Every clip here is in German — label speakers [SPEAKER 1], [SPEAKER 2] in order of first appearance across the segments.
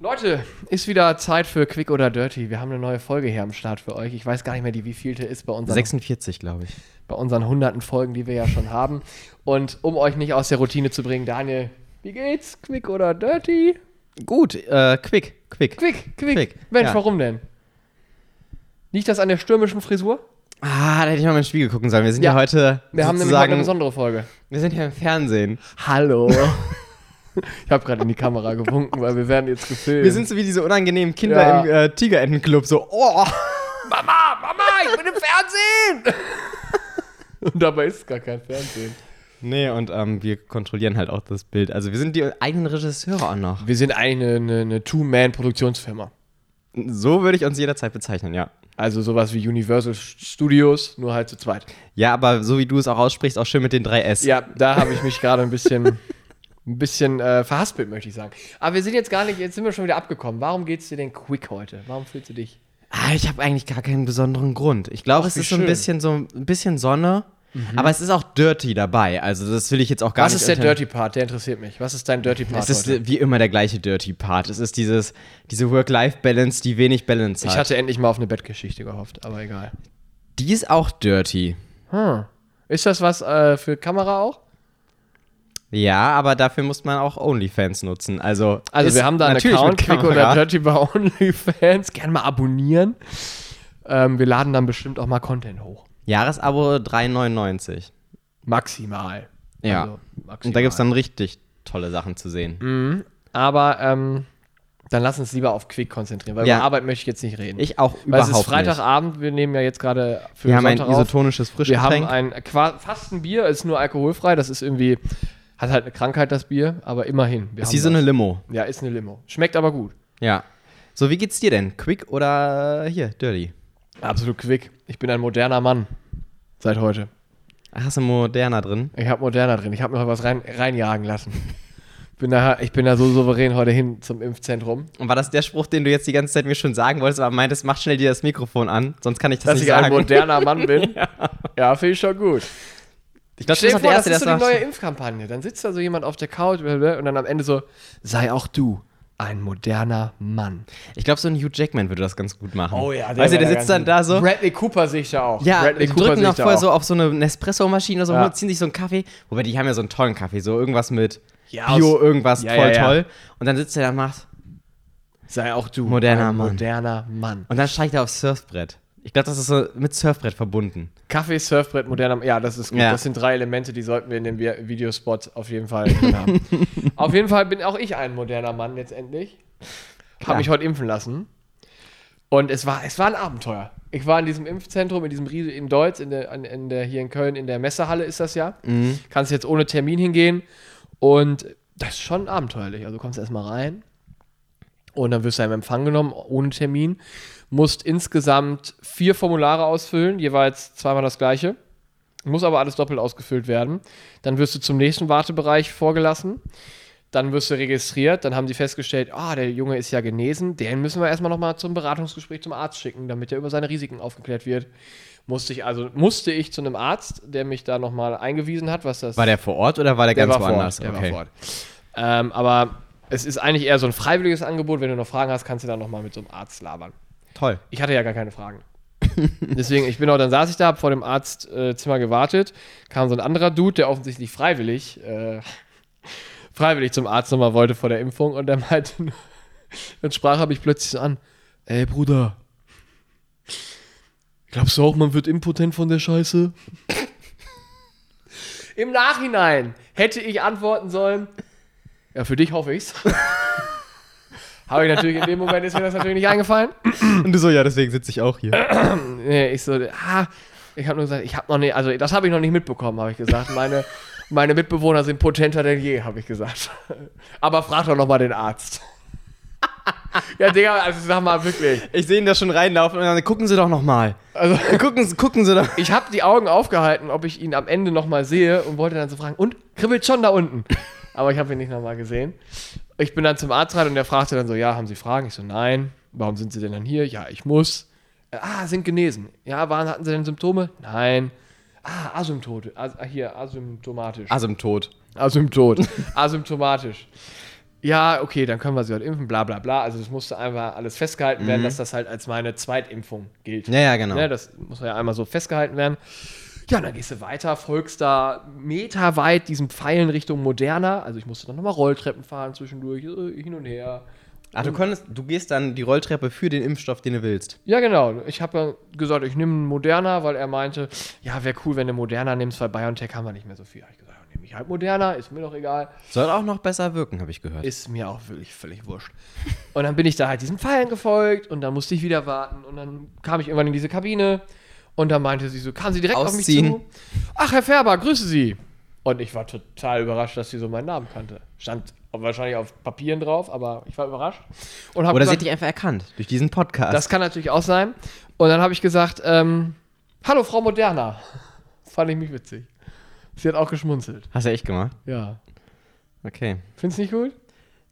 [SPEAKER 1] Leute, ist wieder Zeit für Quick oder Dirty. Wir haben eine neue Folge hier am Start für euch. Ich weiß gar nicht mehr, die wievielte ist bei unseren,
[SPEAKER 2] 46, glaube ich.
[SPEAKER 1] bei unseren hunderten Folgen, die wir ja schon haben. Und um euch nicht aus der Routine zu bringen, Daniel, wie geht's? Quick oder Dirty?
[SPEAKER 2] Gut, äh, quick, quick.
[SPEAKER 1] Quick, quick.
[SPEAKER 2] Quick,
[SPEAKER 1] Mensch,
[SPEAKER 2] ja.
[SPEAKER 1] warum denn? Liegt das an der stürmischen Frisur?
[SPEAKER 2] Ah, da hätte ich mal in den Spiegel gucken sollen. Wir sind
[SPEAKER 1] Ja.
[SPEAKER 2] ja, heute
[SPEAKER 1] Wir haben nämlich heute eine
[SPEAKER 2] sozusagen,
[SPEAKER 1] besondere Folge.
[SPEAKER 2] wir sind ja im Fernsehen.
[SPEAKER 1] Hallo. ich habe gerade in die Kamera gewunken, weil wir werden jetzt gefilmt.
[SPEAKER 2] Wir sind so wie diese unangenehmen Kinder
[SPEAKER 1] Ja.
[SPEAKER 2] im äh, Tigerentenclub, so, oh.
[SPEAKER 1] Mama, Mama, ich bin im Fernsehen. Und dabei ist es gar kein Fernsehen.
[SPEAKER 2] Nee, und ähm, wir kontrollieren halt auch das Bild. Also wir sind die eigenen Regisseure auch noch.
[SPEAKER 1] Wir sind eigentlich eine, eine, eine Two-Man-Produktionsfirma.
[SPEAKER 2] So würde ich uns jederzeit bezeichnen, ja.
[SPEAKER 1] Also sowas wie Universal Studios, nur halt zu zweit.
[SPEAKER 2] Ja, aber so wie du es auch aussprichst, auch schön mit den drei S.
[SPEAKER 1] Ja, da habe ich mich gerade ein bisschen, ein bisschen äh, verhaspelt, möchte ich sagen. Aber wir sind jetzt gar nicht, jetzt sind wir schon wieder abgekommen. Warum geht's dir denn quick heute? Warum fühlst du dich?
[SPEAKER 2] Ah, ich habe eigentlich gar keinen besonderen Grund. Ich glaube, es
[SPEAKER 1] wie
[SPEAKER 2] ist so ein
[SPEAKER 1] schön. Mhm.
[SPEAKER 2] bisschen so ein bisschen Sonne, aber es ist auch dirty dabei. Also das will ich jetzt auch gar
[SPEAKER 1] Was
[SPEAKER 2] nicht.
[SPEAKER 1] ist der
[SPEAKER 2] unter-
[SPEAKER 1] Dirty Part? Der interessiert mich. Was ist dein Dirty Part?
[SPEAKER 2] Es ist
[SPEAKER 1] heute?
[SPEAKER 2] äh, wie immer der gleiche dirty Part. Es ist dieses diese Work-Life-Balance, die wenig Balance hat.
[SPEAKER 1] Ich hatte endlich mal auf eine Bettgeschichte gehofft, aber egal.
[SPEAKER 2] die ist auch dirty.
[SPEAKER 1] Hm. Ist das was äh, für Kamera auch?
[SPEAKER 2] Ja, aber dafür muss man auch OnlyFans nutzen. Also
[SPEAKER 1] Also
[SPEAKER 2] ist
[SPEAKER 1] wir haben da einen
[SPEAKER 2] natürlich
[SPEAKER 1] Account,
[SPEAKER 2] mit
[SPEAKER 1] Quick
[SPEAKER 2] Kamera.
[SPEAKER 1] oder Dirty bei OnlyFans. Gerne mal abonnieren. Ähm, wir laden dann bestimmt auch mal Content hoch.
[SPEAKER 2] Jahresabo 3,99.
[SPEAKER 1] Maximal.
[SPEAKER 2] Ja.
[SPEAKER 1] Also,
[SPEAKER 2] Und da
[SPEAKER 1] maximal.
[SPEAKER 2] gibt es dann richtig tolle Sachen zu sehen.
[SPEAKER 1] Mhm. Aber ähm, dann lass uns lieber auf Quick konzentrieren, weil
[SPEAKER 2] Ja.
[SPEAKER 1] über Arbeit möchte ich jetzt nicht reden.
[SPEAKER 2] Ich auch
[SPEAKER 1] weil
[SPEAKER 2] überhaupt
[SPEAKER 1] es ist
[SPEAKER 2] nicht.
[SPEAKER 1] Freitagabend, wir nehmen ja jetzt gerade für
[SPEAKER 2] Wir haben ein
[SPEAKER 1] Sonntag auf.
[SPEAKER 2] isotonisches
[SPEAKER 1] Wir haben
[SPEAKER 2] Frischgetränk.
[SPEAKER 1] ein Qua- fast ein Bier, ist nur alkoholfrei, das ist irgendwie, hat halt eine Krankheit, das Bier, aber immerhin. Wir
[SPEAKER 2] ist
[SPEAKER 1] haben
[SPEAKER 2] wie so
[SPEAKER 1] das.
[SPEAKER 2] eine Limo.
[SPEAKER 1] ja, ist eine Limo. Schmeckt aber gut.
[SPEAKER 2] Ja. So, wie geht's dir denn? Quick oder äh, hier, Dirty?
[SPEAKER 1] Absolut quick. Ich bin ein moderner Mann. Seit heute.
[SPEAKER 2] Ach, Hast du Moderna drin?
[SPEAKER 1] Ich habe Moderna drin. Ich habe mir heute was rein, reinjagen lassen. Bin da, ich bin da so souverän heute hin zum Impfzentrum.
[SPEAKER 2] Und war das der Spruch, den du jetzt die ganze Zeit mir schon sagen wolltest, aber meintest, mach schnell dir das Mikrofon an, sonst kann ich das
[SPEAKER 1] Dass
[SPEAKER 2] nicht
[SPEAKER 1] ich ein
[SPEAKER 2] sagen.
[SPEAKER 1] moderner Mann bin. ja, finde ich schon gut.
[SPEAKER 2] Ich glaube,
[SPEAKER 1] Stell dir vor, das ist so die
[SPEAKER 2] das
[SPEAKER 1] neue
[SPEAKER 2] sagt.
[SPEAKER 1] Impfkampagne. Dann sitzt da so jemand auf der Couch blablabla, und dann am Ende so, sei auch du ein moderner Mann.
[SPEAKER 2] Ich glaube, so ein Hugh Jackman würde das ganz gut machen.
[SPEAKER 1] Oh der,
[SPEAKER 2] Weißt du, der sitzt dann da so.
[SPEAKER 1] Bradley Cooper sehe ich da auch.
[SPEAKER 2] Ja,
[SPEAKER 1] Bradley
[SPEAKER 2] die drücken
[SPEAKER 1] sehe
[SPEAKER 2] noch
[SPEAKER 1] ich da
[SPEAKER 2] voll so auf so eine Nespresso-Maschine oder so,
[SPEAKER 1] Ja.
[SPEAKER 2] ziehen sich so einen Kaffee. Wobei, die haben ja so einen tollen Kaffee, so irgendwas mit
[SPEAKER 1] Ja,
[SPEAKER 2] Bio,
[SPEAKER 1] aus-
[SPEAKER 2] irgendwas
[SPEAKER 1] Ja,
[SPEAKER 2] voll
[SPEAKER 1] ja, ja.
[SPEAKER 2] toll. Und dann sitzt er da und macht.
[SPEAKER 1] Sei auch du
[SPEAKER 2] Moderner
[SPEAKER 1] ein
[SPEAKER 2] Mann.
[SPEAKER 1] moderner Mann.
[SPEAKER 2] Und dann steigt er aufs Surfbrett. Ich glaube, das ist so mit Surfbrett verbunden.
[SPEAKER 1] Kaffee, Surfbrett, moderner. Ja, das ist gut.
[SPEAKER 2] Ja.
[SPEAKER 1] Das sind drei Elemente, die sollten wir in dem Vi- Videospot auf jeden Fall drin haben. auf jeden Fall bin auch ich ein moderner Mann letztendlich. Habe
[SPEAKER 2] Klar.
[SPEAKER 1] mich heute impfen lassen. Und es war, es war ein Abenteuer. Ich war in diesem Impfzentrum, in diesem Riese in Deutz, in der, an- in der, hier in Köln, in der Messehalle ist das ja.
[SPEAKER 2] Mhm.
[SPEAKER 1] Kannst jetzt ohne Termin hingehen. Und das ist schon abenteuerlich. Also kommst erstmal rein. Und dann wirst du im Empfang genommen, ohne Termin. Musst insgesamt vier Formulare ausfüllen, jeweils zweimal das gleiche. Muss aber alles doppelt ausgefüllt werden. Dann wirst du zum nächsten Wartebereich vorgelassen. Dann wirst du registriert. Dann haben die festgestellt, ah, der Junge ist ja genesen. Den müssen wir erstmal nochmal zum Beratungsgespräch zum Arzt schicken, damit er über seine Risiken aufgeklärt wird. Musste ich also, musste ich zu einem Arzt, der mich da nochmal eingewiesen hat, was das
[SPEAKER 2] War der vor Ort oder war der, ganz
[SPEAKER 1] war
[SPEAKER 2] woanders?
[SPEAKER 1] Vor Ort, der war vor Ort. Ähm, aber es ist eigentlich eher so ein freiwilliges Angebot. Wenn du noch Fragen hast, kannst du dann nochmal mit so einem Arzt labern.
[SPEAKER 2] Toll.
[SPEAKER 1] Ich hatte ja gar keine Fragen. Deswegen, ich bin auch, dann saß ich da, hab vor dem Arztzimmer äh, Zimmer gewartet, kam so ein anderer Dude, der offensichtlich freiwillig, äh, freiwillig zum Arzt nochmal wollte vor der Impfung und der meinte, nur- dann sprach er mich plötzlich so an, ey Bruder, glaubst du auch, man wird impotent von der Scheiße? Im Nachhinein hätte ich antworten sollen, ja, für dich hoffe ich's. Habe ich natürlich, in dem Moment ist mir das natürlich nicht eingefallen.
[SPEAKER 2] Und du so, ja, deswegen sitze ich auch hier.
[SPEAKER 1] Nee, ich so, ah, ich habe nur gesagt, ich habe noch nicht, also das habe ich noch nicht mitbekommen, habe ich gesagt. Meine, meine Mitbewohner sind potenter denn je, habe ich gesagt. Aber frag doch nochmal den Arzt. ja, Digga, also sag mal wirklich.
[SPEAKER 2] Ich sehe ihn da schon reinlaufen und dann gucken sie doch nochmal.
[SPEAKER 1] Also,
[SPEAKER 2] Gucken, Sie- gucken sie doch.
[SPEAKER 1] ich habe die Augen aufgehalten, ob ich ihn am Ende nochmal sehe und wollte dann so fragen, und kribbelt schon da unten. Aber ich habe ihn nicht nochmal gesehen. Ich bin dann zum Arzt rein und der fragte dann so, ja, haben Sie Fragen? Ich so, nein. Warum sind Sie denn dann hier? Ja, ich muss. Äh, Ah, sind genesen. Ja, wann hatten Sie denn Symptome? Nein. Ah, asymptot.
[SPEAKER 2] Also
[SPEAKER 1] As ah, hier, asymptomatisch.
[SPEAKER 2] Asymptot.
[SPEAKER 1] Asymptot. Asymptomatisch. ja, okay, dann können wir sie heute impfen, bla bla bla. Also das musste einmal alles festgehalten werden, dass das halt als meine Zweitimpfung gilt.
[SPEAKER 2] Mhm. Ja, ja, genau.
[SPEAKER 1] Ne, das muss ja einmal so festgehalten werden. Ja, und dann gehst du weiter, folgst da meterweit diesen Pfeilen Richtung Moderna. Also ich musste dann nochmal Rolltreppen fahren zwischendurch, äh, hin und her.
[SPEAKER 2] Ach, du konntest, du gehst dann die Rolltreppe für den Impfstoff, den du willst.
[SPEAKER 1] Ja, genau. Ich habe ja gesagt, ich nehme einen Moderna, weil er meinte, ja, wäre cool, wenn du Moderna nimmst, weil BioNTech haben wir nicht mehr so viel. Hab Ich gesagt, ja, nehme ich halt Moderna, ist mir doch egal.
[SPEAKER 2] Soll auch noch besser wirken, habe ich gehört.
[SPEAKER 1] Ist mir auch wirklich völlig wurscht. Und dann bin ich da halt diesen Pfeilen gefolgt und dann musste ich wieder warten und dann kam ich irgendwann in diese Kabine und dann meinte sie so, kam sie direkt
[SPEAKER 2] Ausziehen.
[SPEAKER 1] auf mich zu. Ach, Herr Färber, grüße Sie. Und ich war total überrascht, dass sie so meinen Namen kannte. Stand wahrscheinlich auf Papieren drauf, aber ich war überrascht. Und hab
[SPEAKER 2] Oder sie
[SPEAKER 1] gesagt,
[SPEAKER 2] hat dich einfach erkannt durch diesen Podcast.
[SPEAKER 1] das kann natürlich auch sein. Und dann habe ich gesagt, ähm, hallo Frau Moderna. Fand ich mich witzig. Sie hat auch geschmunzelt.
[SPEAKER 2] Hast du echt gemacht?
[SPEAKER 1] Ja.
[SPEAKER 2] Okay.
[SPEAKER 1] Findest du nicht gut?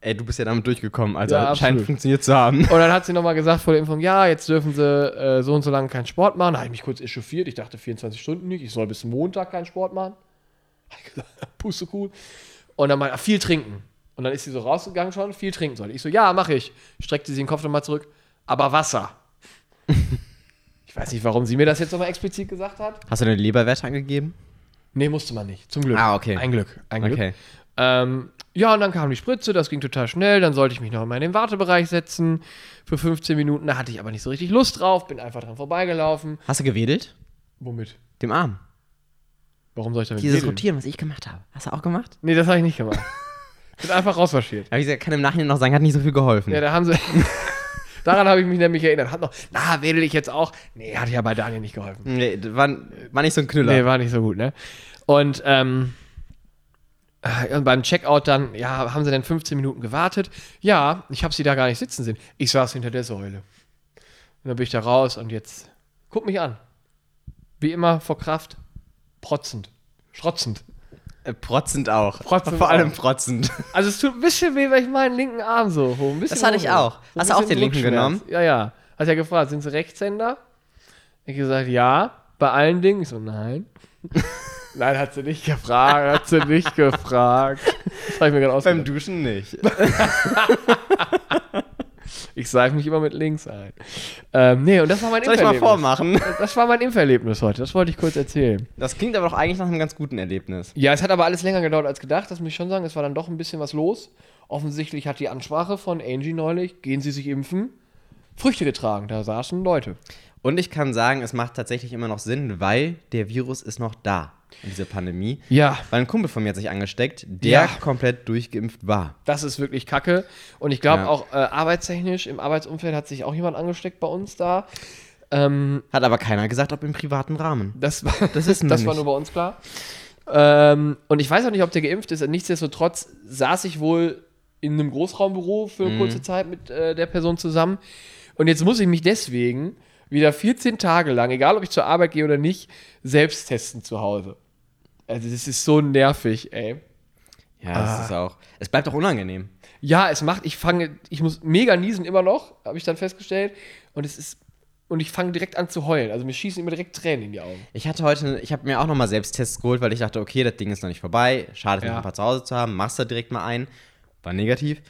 [SPEAKER 2] Ey, du bist ja damit durchgekommen, also
[SPEAKER 1] Ja,
[SPEAKER 2] scheint
[SPEAKER 1] absolut.
[SPEAKER 2] funktioniert zu haben.
[SPEAKER 1] Und dann hat sie nochmal gesagt vor der Impfung, ja, jetzt dürfen sie äh, so und so lange keinen Sport machen. Da habe ich mich kurz echauffiert. Ich dachte 24 Stunden nicht. Ich soll bis Montag keinen Sport machen. Hab ich gesagt, Pustekuchen. Und dann meinte, ah, viel trinken. Und dann ist sie so rausgegangen schon, viel trinken soll. Ich so, ja, mache ich. Streckte sie den Kopf nochmal zurück. Aber Wasser. ich weiß nicht, warum sie mir das jetzt nochmal explizit gesagt hat.
[SPEAKER 2] Hast du deine Leberwerte angegeben?
[SPEAKER 1] Nee, musste man nicht. Zum Glück.
[SPEAKER 2] Ah, okay.
[SPEAKER 1] Ein Glück. Ein Glück.
[SPEAKER 2] Okay.
[SPEAKER 1] Ähm, ja, und dann kam die Spritze, das ging total schnell. Dann sollte ich mich noch mal in den Wartebereich setzen für 15 Minuten. Da hatte ich aber nicht so richtig Lust drauf, bin einfach dran vorbeigelaufen.
[SPEAKER 2] Hast du gewedelt?
[SPEAKER 1] Womit?
[SPEAKER 2] Dem Arm.
[SPEAKER 1] Warum soll ich damit
[SPEAKER 2] Dieses
[SPEAKER 1] wedeln?
[SPEAKER 2] Rotieren, was ich gemacht habe. Hast du auch gemacht?
[SPEAKER 1] Nee, das habe ich nicht gemacht. bin einfach rausmarschiert.
[SPEAKER 2] Aber ich sag- kann im Nachhinein noch sagen, hat nicht so viel geholfen.
[SPEAKER 1] Ja, da haben sie. Daran habe ich mich nämlich erinnert. Hat noch, na, wedel ich jetzt auch? Nee, hat ja bei Daniel nicht geholfen.
[SPEAKER 2] nee, das war, war nicht so ein Knüller.
[SPEAKER 1] Nee, war nicht so gut, ne? Und, ähm, äh, und beim Checkout dann, ja, haben sie denn 15 Minuten gewartet? Ja, ich habe sie da gar nicht sitzen sehen. Ich saß hinter der Säule. Und dann bin ich da raus und jetzt, guck mich an. Wie immer vor Kraft, protzend, schrotzend.
[SPEAKER 2] Äh, protzend auch.
[SPEAKER 1] Protzend
[SPEAKER 2] Vor allem
[SPEAKER 1] auch.
[SPEAKER 2] protzend.
[SPEAKER 1] Also es tut ein bisschen weh, weil ich meinen linken Arm so hoch. Ein bisschen
[SPEAKER 2] Das hatte ich
[SPEAKER 1] hoch hole.
[SPEAKER 2] auch.
[SPEAKER 1] So ein
[SPEAKER 2] Hast du auch
[SPEAKER 1] bisschen
[SPEAKER 2] den linken
[SPEAKER 1] Rückenschmerz.
[SPEAKER 2] genommen?
[SPEAKER 1] Ja, ja. Hast ja gefragt, sind sie Rechtshänder? Ich gesagt, ja, bei allen Dingen. Ich so, nein. nein, hat sie nicht gefragt, hat sie nicht gefragt. Das habe ich mir gerade
[SPEAKER 2] Beim
[SPEAKER 1] ausgedacht.
[SPEAKER 2] Duschen nicht.
[SPEAKER 1] Ich seife mich immer mit links ein. Ähm, nee, und das war mein
[SPEAKER 2] Soll ich mal vormachen?
[SPEAKER 1] Das war mein Impferlebnis heute. Das wollte ich kurz erzählen.
[SPEAKER 2] Das klingt aber doch eigentlich nach einem ganz guten Erlebnis.
[SPEAKER 1] Ja, es hat aber alles länger gedauert als gedacht, das muss ich schon sagen. Es war dann doch ein bisschen was los. Offensichtlich hat die Ansprache von Angie neulich, gehen Sie sich impfen, Früchte getragen. Da saßen Leute.
[SPEAKER 2] Und ich kann sagen, es macht tatsächlich immer noch Sinn, weil der Virus ist noch da, diese Pandemie.
[SPEAKER 1] Ja,
[SPEAKER 2] Weil ein Kumpel von mir hat sich angesteckt, der
[SPEAKER 1] Ja.
[SPEAKER 2] komplett durchgeimpft war.
[SPEAKER 1] das ist wirklich kacke. Und ich glaube
[SPEAKER 2] Ja.
[SPEAKER 1] auch äh, arbeitstechnisch, im Arbeitsumfeld hat sich auch jemand angesteckt bei uns da. Ähm,
[SPEAKER 2] Hat aber keiner gesagt, ob im privaten Rahmen.
[SPEAKER 1] das war,
[SPEAKER 2] Das wissen wir
[SPEAKER 1] das war
[SPEAKER 2] nicht.
[SPEAKER 1] nur bei uns klar. Ähm, und ich weiß auch nicht, ob der geimpft ist. Nichtsdestotrotz saß ich wohl in einem Großraumbüro für
[SPEAKER 2] Mhm.
[SPEAKER 1] eine kurze Zeit mit äh, der Person zusammen. Und jetzt muss ich mich deswegen wieder 14 Tage lang, egal ob ich zur Arbeit gehe oder nicht, selbst testen zu Hause. Also, das ist so nervig, ey.
[SPEAKER 2] Ja, das ist auch. Es bleibt auch unangenehm.
[SPEAKER 1] Ja, es macht, ich fange, ich muss mega niesen immer noch, habe ich dann festgestellt. Und es ist, und ich fange direkt an zu heulen. Also mir schießen immer direkt Tränen in die Augen.
[SPEAKER 2] Ich hatte heute, ich habe mir auch nochmal Selbsttests geholt, weil ich dachte, okay, das Ding ist noch nicht vorbei. Schade,
[SPEAKER 1] Ja.
[SPEAKER 2] noch ein paar zu Hause zu haben. Machst du direkt mal ein. War negativ.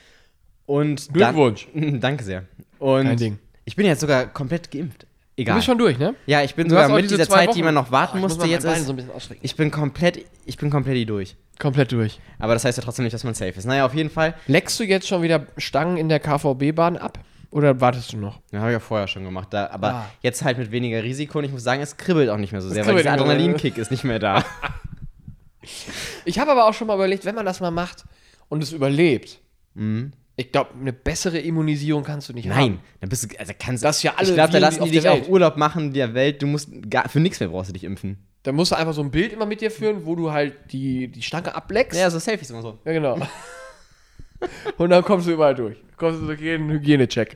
[SPEAKER 2] Und
[SPEAKER 1] Glückwunsch.
[SPEAKER 2] Dann, danke sehr. Und
[SPEAKER 1] Kein Ding.
[SPEAKER 2] ich bin jetzt sogar komplett geimpft.
[SPEAKER 1] Du
[SPEAKER 2] Egal.
[SPEAKER 1] bist schon durch, ne?
[SPEAKER 2] ja, ich bin
[SPEAKER 1] Du
[SPEAKER 2] sogar
[SPEAKER 1] hast auch
[SPEAKER 2] mit
[SPEAKER 1] diese
[SPEAKER 2] dieser
[SPEAKER 1] zwei
[SPEAKER 2] Zeit, die
[SPEAKER 1] Wochen-
[SPEAKER 2] man noch warten
[SPEAKER 1] Oh, ich muss
[SPEAKER 2] musste,
[SPEAKER 1] mal
[SPEAKER 2] jetzt
[SPEAKER 1] mein Bein
[SPEAKER 2] ist.
[SPEAKER 1] so ein bisschen ausstrecken.
[SPEAKER 2] ich bin komplett, ich bin komplett durch.
[SPEAKER 1] Komplett durch.
[SPEAKER 2] Aber das heißt ja trotzdem nicht, dass man safe ist. Naja, auf jeden Fall.
[SPEAKER 1] Leckst du jetzt schon wieder Stangen in der KVB-Bahn ab? Oder wartest du noch?
[SPEAKER 2] Ja, habe ich ja vorher schon gemacht. Da, aber
[SPEAKER 1] Ah.
[SPEAKER 2] jetzt halt mit weniger Risiko und ich muss sagen, es kribbelt auch nicht mehr so sehr, weil
[SPEAKER 1] kribbelt
[SPEAKER 2] dieser
[SPEAKER 1] nicht mehr.
[SPEAKER 2] Adrenalinkick ist nicht mehr da.
[SPEAKER 1] Ich habe aber auch schon mal überlegt, wenn man das mal macht und es überlebt, ich glaube, eine bessere Immunisierung kannst du nicht haben.
[SPEAKER 2] Nein, dann bist du, also kannst
[SPEAKER 1] Das ist ja alle
[SPEAKER 2] Ich glaube, da
[SPEAKER 1] Viren
[SPEAKER 2] lassen
[SPEAKER 1] auf
[SPEAKER 2] die dich
[SPEAKER 1] der
[SPEAKER 2] auch
[SPEAKER 1] Welt.
[SPEAKER 2] Urlaub machen der Welt. Du musst gar, für nichts mehr brauchst du dich impfen.
[SPEAKER 1] Da musst du einfach so ein Bild immer mit dir führen, wo du halt die, die Stange ableckst.
[SPEAKER 2] Ja, so Selfies immer so.
[SPEAKER 1] Ja, genau. Und dann kommst du überall durch. Kommst du durch jeden Hygienecheck.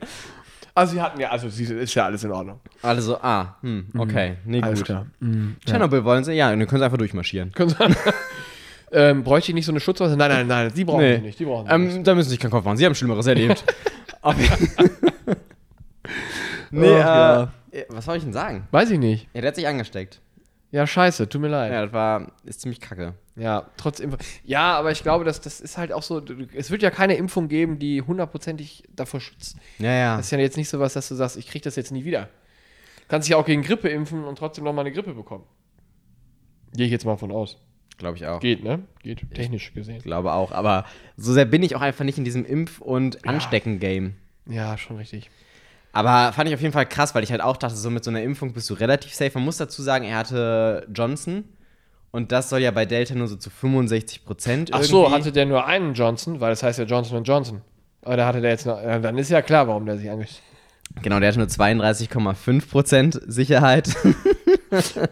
[SPEAKER 1] Also sie hatten ja, also sie ist ja alles in Ordnung.
[SPEAKER 2] Alle so, ah, hm, okay, nee,
[SPEAKER 1] Mhm. Alles
[SPEAKER 2] gut.
[SPEAKER 1] klar. Mhm.
[SPEAKER 2] Tschernobyl wollen sie, ja, und dann können sie einfach durchmarschieren.
[SPEAKER 1] Können Sie, ähm, bräuchte ich nicht so eine Schutzwaffe? Nein, nein, nein, die brauchen
[SPEAKER 2] Nee.
[SPEAKER 1] sie nicht. Die brauchen sie nicht.
[SPEAKER 2] Ähm, da müssen sie sich keinen Kopf machen, sie haben Schlimmeres erlebt. Auf- nee,
[SPEAKER 1] Ach,
[SPEAKER 2] äh, was soll ich denn sagen?
[SPEAKER 1] Weiß ich nicht.
[SPEAKER 2] Ja, der hat sich angesteckt.
[SPEAKER 1] Ja, scheiße, tut mir leid.
[SPEAKER 2] Ja, das war, ist ziemlich kacke.
[SPEAKER 1] Ja, trotz Impfung. Ja, aber ich glaube, dass das ist halt auch so, du- es wird ja keine Impfung geben, die hundertprozentig davor schützt.
[SPEAKER 2] Ja, ja.
[SPEAKER 1] Das ist ja jetzt nicht so was, dass du sagst, ich krieg das jetzt nie wieder. Kannst dich ja auch gegen Grippe impfen und trotzdem noch mal eine Grippe bekommen. Gehe ich jetzt mal von aus.
[SPEAKER 2] Glaube ich auch.
[SPEAKER 1] Geht, ne? Geht, technisch gesehen.
[SPEAKER 2] Glaube auch. Aber so sehr bin ich auch einfach nicht in diesem Impf- und Anstecken-Game.
[SPEAKER 1] Ja, schon richtig.
[SPEAKER 2] Aber fand ich auf jeden Fall krass, weil ich halt auch dachte, so mit so einer Impfung bist du relativ safe. Man muss dazu sagen, er hatte Johnson. Und das soll ja bei Delta nur so zu 65 Prozent
[SPEAKER 1] Ach so, hatte der nur einen Johnson, weil das heißt ja Johnson Johnson. Aber da hatte der jetzt noch, ja, dann ist ja klar, warum der sich angestellt
[SPEAKER 2] Genau, der hatte nur 32,5 Prozent Sicherheit.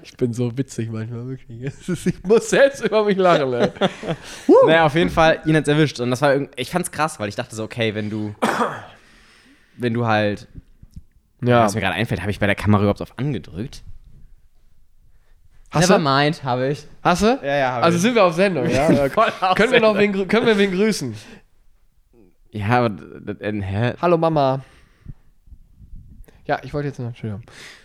[SPEAKER 1] Ich bin so witzig manchmal, wirklich. Es ist- Ich muss selbst über mich lachen, ey.
[SPEAKER 2] Naja, auf jeden Fall, ihn hat's erwischt. Und das war irgendwie, ich fand's krass, weil ich dachte so, okay, wenn du, wenn du halt,
[SPEAKER 1] Ja.
[SPEAKER 2] was mir gerade einfällt, habe ich bei der Kamera überhaupt auf angedrückt?
[SPEAKER 1] Hast
[SPEAKER 2] Never
[SPEAKER 1] du?
[SPEAKER 2] mind, habe ich.
[SPEAKER 1] Hast du?
[SPEAKER 2] Ja, ja, hab
[SPEAKER 1] Also
[SPEAKER 2] ich.
[SPEAKER 1] sind wir auf Sendung, ja?
[SPEAKER 2] Wir sind auf
[SPEAKER 1] können, wir noch wen, grü- können wir wen grüßen?
[SPEAKER 2] Ja, aber, d- d- äh, hä?
[SPEAKER 1] Hallo Mama. Ja, ich wollte jetzt noch. Entschuldigung.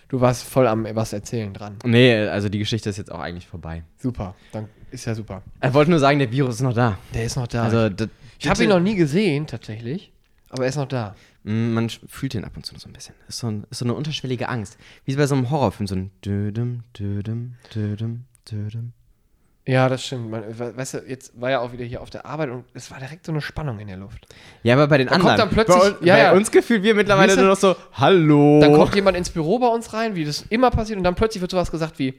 [SPEAKER 1] Du warst voll am was erzählen dran.
[SPEAKER 2] Nee, also die Geschichte ist jetzt auch eigentlich vorbei.
[SPEAKER 1] Super. Dann ist ja super.
[SPEAKER 2] Ich wollte nur sagen, der Virus ist noch da.
[SPEAKER 1] Der ist noch da.
[SPEAKER 2] Also,
[SPEAKER 1] ich
[SPEAKER 2] d-
[SPEAKER 1] ich habe ihn
[SPEAKER 2] bitte-
[SPEAKER 1] noch nie gesehen, tatsächlich. Aber er ist noch da.
[SPEAKER 2] Mm, Man sch- fühlt den ab und zu so ein bisschen. Ist so, ein, ist so eine unterschwellige Angst. Wie bei so einem Horrorfilm, so ein Dödem, Dödem, Dödem, Dödem.
[SPEAKER 1] Ja, das stimmt. Man, we- weißt du, jetzt war ja auch wieder hier auf der Arbeit und es war direkt so eine Spannung in der Luft.
[SPEAKER 2] Ja, aber bei den
[SPEAKER 1] Dann
[SPEAKER 2] anderen.
[SPEAKER 1] kommt dann plötzlich-
[SPEAKER 2] bei uns,
[SPEAKER 1] ja,
[SPEAKER 2] bei
[SPEAKER 1] ja.
[SPEAKER 2] uns gefühlt wir mittlerweile
[SPEAKER 1] Wisst ihr-
[SPEAKER 2] nur noch so, hallo.
[SPEAKER 1] Dann kommt jemand ins Büro bei uns rein, wie das immer passiert, und dann plötzlich wird sowas gesagt wie: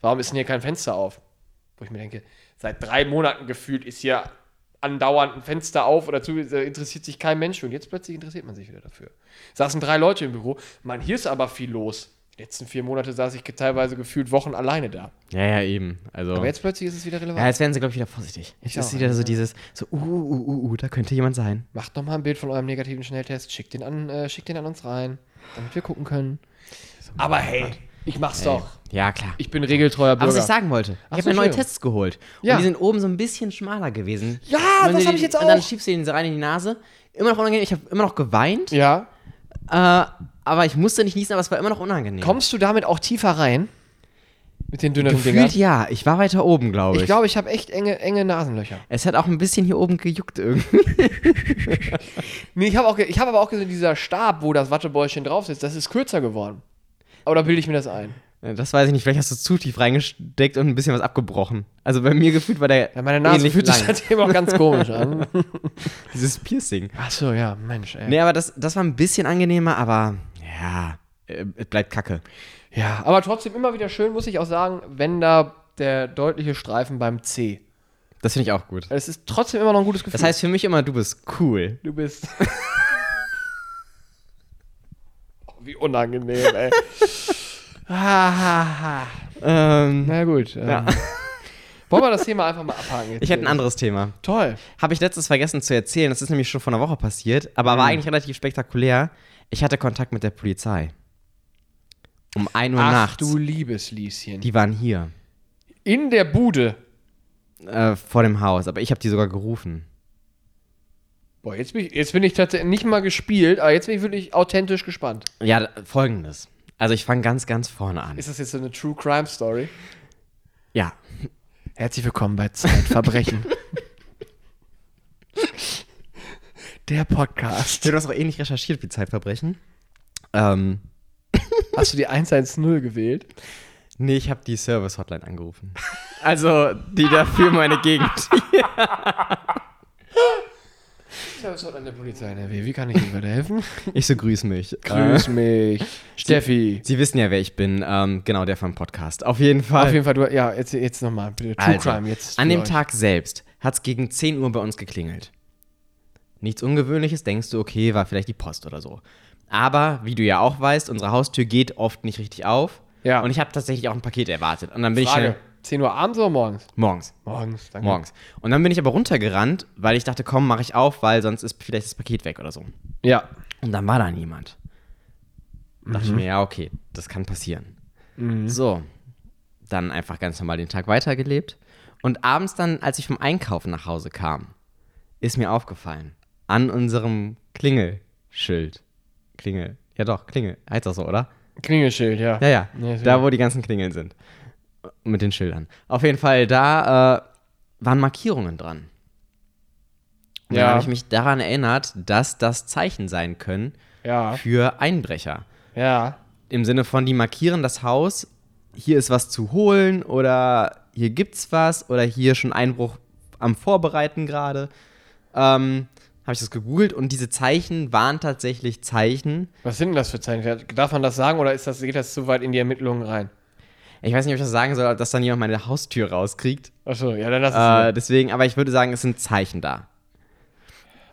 [SPEAKER 1] Warum ist denn hier kein Fenster auf? Wo ich mir denke, seit drei Monaten gefühlt ist hier andauernd ein Fenster auf oder zu, äh, interessiert sich kein Mensch für. Und jetzt plötzlich interessiert man sich wieder dafür. Saßen drei Leute im Büro. Mann, hier ist aber viel los. Die letzten vier Monate saß ich teilweise gefühlt Wochen alleine da.
[SPEAKER 2] ja, ja, eben. Also.
[SPEAKER 1] Aber jetzt plötzlich ist es wieder relevant.
[SPEAKER 2] ja, jetzt werden sie, glaube ich, wieder vorsichtig. Jetzt
[SPEAKER 1] Ich
[SPEAKER 2] ist
[SPEAKER 1] auch,
[SPEAKER 2] wieder so dieses, so, uh, uh, uh, uh, da könnte jemand sein.
[SPEAKER 1] Macht nochmal ein Bild von eurem negativen Schnelltest, schickt den an, äh, schickt den an uns rein, damit wir gucken können. Aber hey, ich mach's doch.
[SPEAKER 2] Ja, klar.
[SPEAKER 1] Ich bin regeltreuer
[SPEAKER 2] aber
[SPEAKER 1] Bürger.
[SPEAKER 2] was ich sagen wollte, ich
[SPEAKER 1] Ach
[SPEAKER 2] habe
[SPEAKER 1] so,
[SPEAKER 2] mir neue
[SPEAKER 1] Entschuldigung.
[SPEAKER 2] Tests geholt.
[SPEAKER 1] Ja.
[SPEAKER 2] Und die sind oben so ein bisschen schmaler gewesen.
[SPEAKER 1] Ja,
[SPEAKER 2] Und wenn
[SPEAKER 1] das
[SPEAKER 2] du
[SPEAKER 1] hab
[SPEAKER 2] die-
[SPEAKER 1] ich jetzt
[SPEAKER 2] Und dann
[SPEAKER 1] auch.
[SPEAKER 2] schiebst du den so rein in die Nase. Immer noch unangenehm. Ich habe immer noch geweint.
[SPEAKER 1] ja,
[SPEAKER 2] Äh, aber ich musste nicht niesen, aber es war immer noch unangenehm.
[SPEAKER 1] Kommst du damit auch tiefer rein? Mit den dünneren Dingern?
[SPEAKER 2] Gefühlt ja. Ich war weiter oben, glaube ich.
[SPEAKER 1] Ich glaube, ich habe echt enge, enge Nasenlöcher.
[SPEAKER 2] es hat auch ein bisschen hier oben gejuckt irgendwie.
[SPEAKER 1] Nee, ich habe auch, ge- ich habe aber auch gesehen, dieser Stab, wo das Wattebäuschen drauf sitzt, das ist kürzer geworden. Aber da bilde ich mir das ein.
[SPEAKER 2] Das weiß ich nicht. Vielleicht hast du zu tief reingesteckt und ein bisschen was abgebrochen. Also bei mir gefühlt war der
[SPEAKER 1] Ja, meine Nase
[SPEAKER 2] ähnlich
[SPEAKER 1] fühlt sich halt-
[SPEAKER 2] lang.
[SPEAKER 1] seitdem auch ganz komisch an.
[SPEAKER 2] Dieses Piercing.
[SPEAKER 1] Ach so, ja, Mensch, ey.
[SPEAKER 2] Nee, aber das, das war ein bisschen angenehmer, aber ja, äh, es bleibt kacke.
[SPEAKER 1] Ja, aber trotzdem immer wieder schön, muss ich auch sagen, wenn da der deutliche Streifen beim C.
[SPEAKER 2] Das finde ich auch gut.
[SPEAKER 1] Es ist trotzdem immer noch ein gutes Gefühl.
[SPEAKER 2] Das heißt für mich immer, du bist cool.
[SPEAKER 1] du bist. oh, wie unangenehm, ey. Na
[SPEAKER 2] Ähm,
[SPEAKER 1] gut. Ähm,
[SPEAKER 2] Ja.
[SPEAKER 1] Wollen wir das Thema einfach mal abhaken? Jetzt
[SPEAKER 2] ich hätte ein anderes Thema.
[SPEAKER 1] Toll.
[SPEAKER 2] Habe ich letztes vergessen zu erzählen. Das ist nämlich schon vor einer Woche passiert, aber war eigentlich relativ spektakulär. Ich hatte Kontakt mit der Polizei. Um 1 Uhr
[SPEAKER 1] Ach
[SPEAKER 2] nachts.
[SPEAKER 1] du liebes Lieschen.
[SPEAKER 2] Die waren hier.
[SPEAKER 1] In der Bude.
[SPEAKER 2] Äh, vor dem Haus. Aber ich habe die sogar gerufen.
[SPEAKER 1] Boah, jetzt bin ich, jetzt bin ich tatsächlich nicht mal gespielt, aber jetzt bin ich wirklich authentisch gespannt.
[SPEAKER 2] Ja, d- folgendes. Also ich fange ganz, ganz vorne an.
[SPEAKER 1] Ist das jetzt so eine True Crime Story?
[SPEAKER 2] Ja.
[SPEAKER 1] Herzlich willkommen bei Zeitverbrechen. Der Podcast.
[SPEAKER 2] Du hast auch ähnlich recherchiert wie Zeitverbrechen. Ähm,
[SPEAKER 1] Hast du die 110 gewählt?
[SPEAKER 2] nee, ich habe die Service-Hotline angerufen. Also, die dafür meine Gegend.
[SPEAKER 1] Ich habe es heute an der Polizei NRW. Wie kann ich Ihnen weiterhelfen?
[SPEAKER 2] Ich so grüß mich. Äh,
[SPEAKER 1] Grüß mich. Steffi.
[SPEAKER 2] Sie wissen ja, wer ich bin. Ähm, genau, der vom Podcast. Auf jeden Fall.
[SPEAKER 1] Auf jeden Fall, du, ja, jetzt, jetzt nochmal. Bitte, True
[SPEAKER 2] Also,
[SPEAKER 1] Crime jetzt.
[SPEAKER 2] An
[SPEAKER 1] für
[SPEAKER 2] dem
[SPEAKER 1] euch.
[SPEAKER 2] Tag selbst hat es gegen 10 Uhr bei uns geklingelt. Nichts Ungewöhnliches, denkst du, okay, war vielleicht die Post oder so. Aber, wie du ja auch weißt, unsere Haustür geht oft nicht richtig auf.
[SPEAKER 1] Ja.
[SPEAKER 2] Und ich habe tatsächlich auch ein Paket erwartet. Und dann bin ich
[SPEAKER 1] Frage. Mhm.
[SPEAKER 2] schnell.
[SPEAKER 1] 10 Uhr abends oder morgens?
[SPEAKER 2] Morgens.
[SPEAKER 1] Morgens, danke.
[SPEAKER 2] Morgens. Und dann bin ich aber runtergerannt, weil ich dachte, komm, mache ich auf, weil sonst ist vielleicht das Paket weg oder so.
[SPEAKER 1] Ja.
[SPEAKER 2] Und dann war da niemand. Dachte
[SPEAKER 1] Mhm.
[SPEAKER 2] ich mir, ja, okay, das kann passieren. So, dann einfach ganz normal den Tag weitergelebt. Und abends dann, als ich vom Einkaufen nach Hause kam, ist mir aufgefallen, an unserem Klingelschild. Klingel. Ja doch, Klingel. Heißt das so, oder?
[SPEAKER 1] Klingelschild, ja.
[SPEAKER 2] Ja, ja.
[SPEAKER 1] Ja, ist
[SPEAKER 2] da, wo die ganzen Klingeln sind. Mit den Schildern. Auf jeden Fall, da äh, waren Markierungen dran. Und
[SPEAKER 1] Ja.
[SPEAKER 2] dann habe ich mich daran erinnert, dass das Zeichen sein können
[SPEAKER 1] Ja.
[SPEAKER 2] für Einbrecher.
[SPEAKER 1] Ja.
[SPEAKER 2] Im Sinne von, die markieren das Haus, hier ist was zu holen oder hier gibt's was oder hier schon Einbruch am Vorbereiten gerade. Ähm, habe ich das gegoogelt und diese Zeichen waren tatsächlich Zeichen.
[SPEAKER 1] Was sind denn das für Zeichen? Darf man das sagen oder ist das, geht das zu weit in die Ermittlungen rein?
[SPEAKER 2] Ich weiß nicht, ob ich das sagen soll, dass dann jemand meine Haustür rauskriegt.
[SPEAKER 1] Achso, ja, dann lass es.
[SPEAKER 2] Äh,
[SPEAKER 1] mal.
[SPEAKER 2] deswegen, aber ich würde sagen, es sind Zeichen da.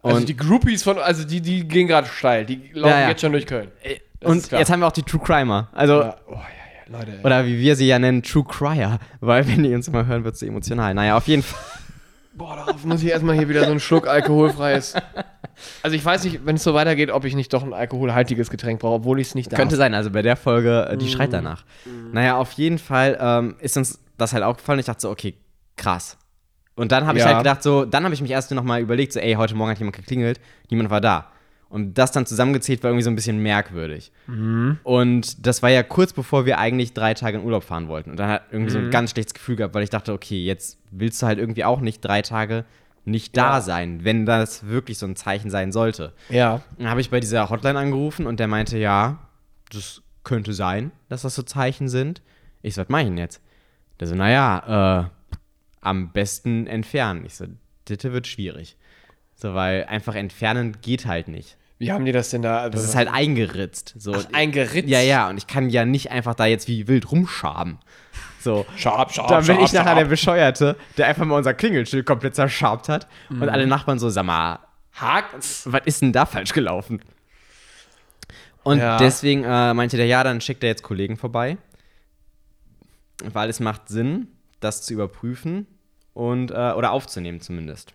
[SPEAKER 1] also
[SPEAKER 2] und-
[SPEAKER 1] die Groupies von, also die, die gehen gerade steil. Die laufen
[SPEAKER 2] Ja, ja.
[SPEAKER 1] jetzt schon durch Köln. Äh, das ist
[SPEAKER 2] Und
[SPEAKER 1] klar.
[SPEAKER 2] jetzt haben wir auch die True Crimer. Also,
[SPEAKER 1] Ja. Oh, ja, ja, Leute. ey.
[SPEAKER 2] oder wie wir sie ja nennen, True Crier. Weil, wenn die uns mal hören, wird sie emotional. Naja, auf jeden Fall.
[SPEAKER 1] Boah, darauf muss ich erstmal hier wieder so einen Schluck alkoholfreies. Also ich weiß nicht, wenn es so weitergeht, ob ich nicht doch ein alkoholhaltiges Getränk brauche, obwohl ich es nicht darf.
[SPEAKER 2] Könnte sein, also bei der Folge, äh, die
[SPEAKER 1] Mhm.
[SPEAKER 2] schreit danach. Naja, auf jeden Fall ähm, ist uns das halt aufgefallen. Ich dachte so, okay, krass. Und dann habe ich
[SPEAKER 1] Ja.
[SPEAKER 2] halt gedacht, so, dann habe ich mich erst nochmal überlegt, so, ey, heute Morgen hat jemand geklingelt, niemand war da. Und das dann zusammengezählt war irgendwie so ein bisschen merkwürdig.
[SPEAKER 1] Mhm.
[SPEAKER 2] Und das war ja kurz bevor wir eigentlich drei Tage in Urlaub fahren wollten. Und dann hat irgendwie so
[SPEAKER 1] Mhm.
[SPEAKER 2] ein ganz schlechtes Gefühl gehabt, weil ich dachte, okay, jetzt willst du halt irgendwie auch nicht drei Tage nicht da
[SPEAKER 1] Ja.
[SPEAKER 2] sein, wenn das wirklich so ein Zeichen sein sollte.
[SPEAKER 1] Ja.
[SPEAKER 2] Dann habe ich bei dieser Hotline angerufen und der meinte, ja, das könnte sein, dass das so Zeichen sind. Ich so, was mache ich denn jetzt? Der so, naja, äh, am besten entfernen. Ich so, Ditte wird schwierig. So, weil einfach entfernen geht halt nicht.
[SPEAKER 1] Wie haben die das denn da? also
[SPEAKER 2] Das ist halt eingeritzt. So.
[SPEAKER 1] eingeritzt.
[SPEAKER 2] ja, ja, und ich kann ja nicht einfach da jetzt wie wild rumschaben. So.
[SPEAKER 1] Scharf, scharf,
[SPEAKER 2] Dann bin
[SPEAKER 1] scharf,
[SPEAKER 2] ich nachher der
[SPEAKER 1] scharf.
[SPEAKER 2] Bescheuerte, der einfach mal unser Klingelschild komplett zerschabt hat. Und
[SPEAKER 1] Mhm.
[SPEAKER 2] alle Nachbarn so, sag mal,
[SPEAKER 1] Hakt's?
[SPEAKER 2] was ist denn da falsch gelaufen? Und
[SPEAKER 1] Ja.
[SPEAKER 2] deswegen äh, meinte der, ja, dann schickt er jetzt Kollegen vorbei, weil es macht Sinn, das zu überprüfen und, äh, oder aufzunehmen zumindest.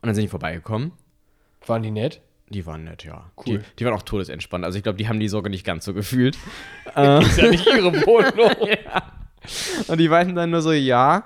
[SPEAKER 2] Und dann sind die vorbeigekommen.
[SPEAKER 1] Waren die nett?
[SPEAKER 2] Die waren nett, ja.
[SPEAKER 1] Cool.
[SPEAKER 2] Die, die waren auch todesentspannt. Also ich glaube, die haben die Sorge nicht ganz so gefühlt.
[SPEAKER 1] Ist ja nicht ihre Wohnung.
[SPEAKER 2] Und die meinten dann nur so, ja.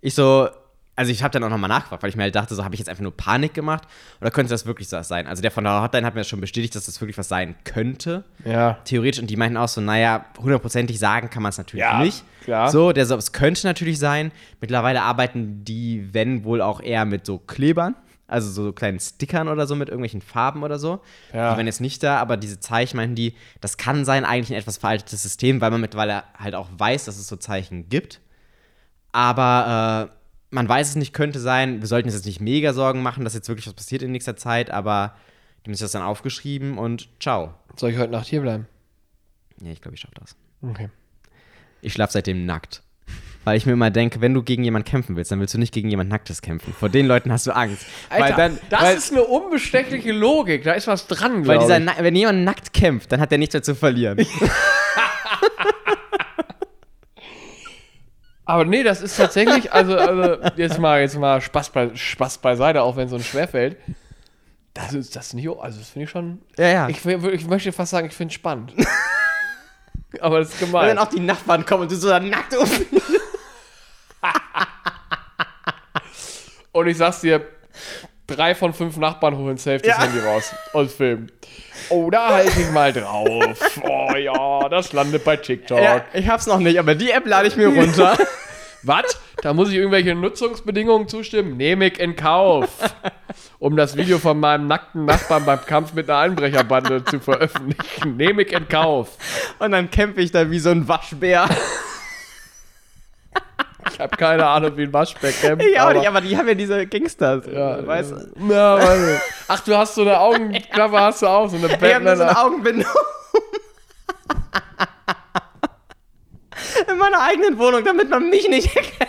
[SPEAKER 2] Ich so, also ich habe dann auch nochmal nachgefragt, weil ich mir halt dachte, so habe ich jetzt einfach nur Panik gemacht oder könnte das wirklich so was sein? Also der von der Hotline hat mir das schon bestätigt, dass das wirklich was sein könnte.
[SPEAKER 1] ja.
[SPEAKER 2] theoretisch und die meinten auch so, naja, hundertprozentig sagen kann man es natürlich
[SPEAKER 1] Ja,
[SPEAKER 2] nicht.
[SPEAKER 1] klar.
[SPEAKER 2] So, der so, es könnte natürlich sein. Mittlerweile arbeiten die, wenn wohl auch eher mit so Klebern, also so kleinen Stickern oder so mit irgendwelchen Farben oder so.
[SPEAKER 1] Ja.
[SPEAKER 2] Die waren jetzt nicht da, aber diese Zeichen meinten die, das kann sein eigentlich ein etwas veraltetes System, weil man mittlerweile halt auch weiß, dass es so Zeichen gibt. Aber äh, man weiß es nicht, könnte sein. Wir sollten uns jetzt nicht mega Sorgen machen, dass jetzt wirklich was passiert in nächster Zeit, aber die haben sich das dann aufgeschrieben und ciao.
[SPEAKER 1] Soll ich heute Nacht hier bleiben?
[SPEAKER 2] Ja, ich glaube, ich schaffe das.
[SPEAKER 1] Okay.
[SPEAKER 2] Ich schlafe seitdem nackt. Weil ich mir immer denke, wenn du gegen jemanden kämpfen willst, dann willst du nicht gegen jemand Nacktes kämpfen. Vor den Leuten hast du Angst. weil dann,
[SPEAKER 1] das
[SPEAKER 2] weil,
[SPEAKER 1] ist eine unbestechliche Logik. Da ist was dran,
[SPEAKER 2] weil
[SPEAKER 1] glaub
[SPEAKER 2] dieser,
[SPEAKER 1] ich.
[SPEAKER 2] Na- wenn jemand nackt kämpft, dann hat er nichts mehr zu verlieren.
[SPEAKER 1] Aber nee, das ist tatsächlich, also, also jetzt mal, jetzt mal Spaß, bei, Spaß beiseite, auch wenn es uns schwerfällt. Das ist das ist nicht, also das finde ich schon.
[SPEAKER 2] ja, ja.
[SPEAKER 1] Ich, will- ich möchte fast sagen, ich finde es spannend. Aber das ist
[SPEAKER 2] wenn
[SPEAKER 1] gemein.
[SPEAKER 2] dann auch die Nachbarn kommen und du so da nackt um.
[SPEAKER 1] Und ich sag's dir, drei von fünf Nachbarn holen safe das
[SPEAKER 2] Ja.
[SPEAKER 1] Handy raus und filmen. Oh, da halte ich mal drauf. Oh ja, das landet bei TikTok.
[SPEAKER 2] Ja, ich hab's noch nicht, aber die App lade ich mir runter.
[SPEAKER 1] Was? Da muss ich irgendwelche Nutzungsbedingungen zustimmen? Nehme ich in Kauf, um das Video von meinem nackten Nachbarn beim Kampf mit einer Einbrecherbande zu veröffentlichen. Nehme ich in Kauf.
[SPEAKER 2] und dann kämpfe ich da wie so ein Waschbär.
[SPEAKER 1] Ich habe keine Ahnung, wie ein Waschbeck kämpft.
[SPEAKER 2] Ja, aber, nicht, aber die haben ja diese Gangsters.
[SPEAKER 1] Ja,
[SPEAKER 2] weißt
[SPEAKER 1] ja.
[SPEAKER 2] du?
[SPEAKER 1] Na, weiß ich. Ach, du hast so eine Augenklappe, hast du auch, so eine
[SPEAKER 2] Die haben nur so
[SPEAKER 1] Batman.
[SPEAKER 2] eine Augenbinde. In meiner eigenen Wohnung, damit man mich nicht erkennt.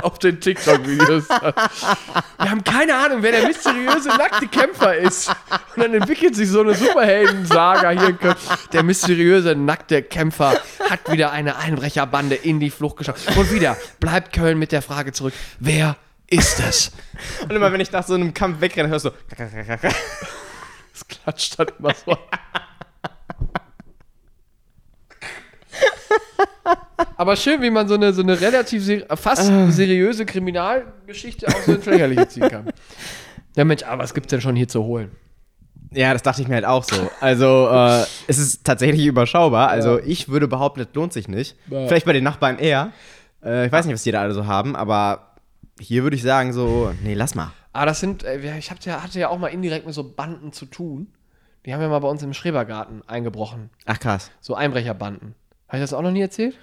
[SPEAKER 1] auf den TikTok-Videos. Wir haben keine Ahnung, wer der mysteriöse nackte Kämpfer ist. Und dann entwickelt sich so eine Superhelden-Saga hier in Köln. Der mysteriöse nackte Kämpfer hat wieder eine Einbrecherbande in die Flucht geschafft. Und wieder bleibt Köln mit der Frage zurück: Wer ist es?
[SPEAKER 2] Und immer wenn ich nach so einem Kampf wegrenne, hörst du.
[SPEAKER 1] Das klatscht dann immer so. Aber schön, wie man so eine, so eine relativ seri fast seriöse ah, Kriminalgeschichte auch so ins Lächerliche ziehen kann. Ja, Mensch, aber was gibt's denn schon hier zu holen?
[SPEAKER 2] Ja, das dachte ich mir halt auch so. Also, äh, es ist tatsächlich überschaubar. Also, ich würde behaupten, das lohnt sich nicht.
[SPEAKER 1] Ja.
[SPEAKER 2] Vielleicht bei den Nachbarn eher. Äh, ich weiß nicht, was die da alle so haben, aber hier würde ich sagen, so, nee, lass mal.
[SPEAKER 1] Ah, das sind, äh, wir- ich hab ja, hatte ja auch mal indirekt mit so Banden zu tun. Die haben ja mal bei uns im Schrebergarten eingebrochen.
[SPEAKER 2] Ach, krass.
[SPEAKER 1] So Einbrecherbanden. Habe ich das auch noch nie erzählt?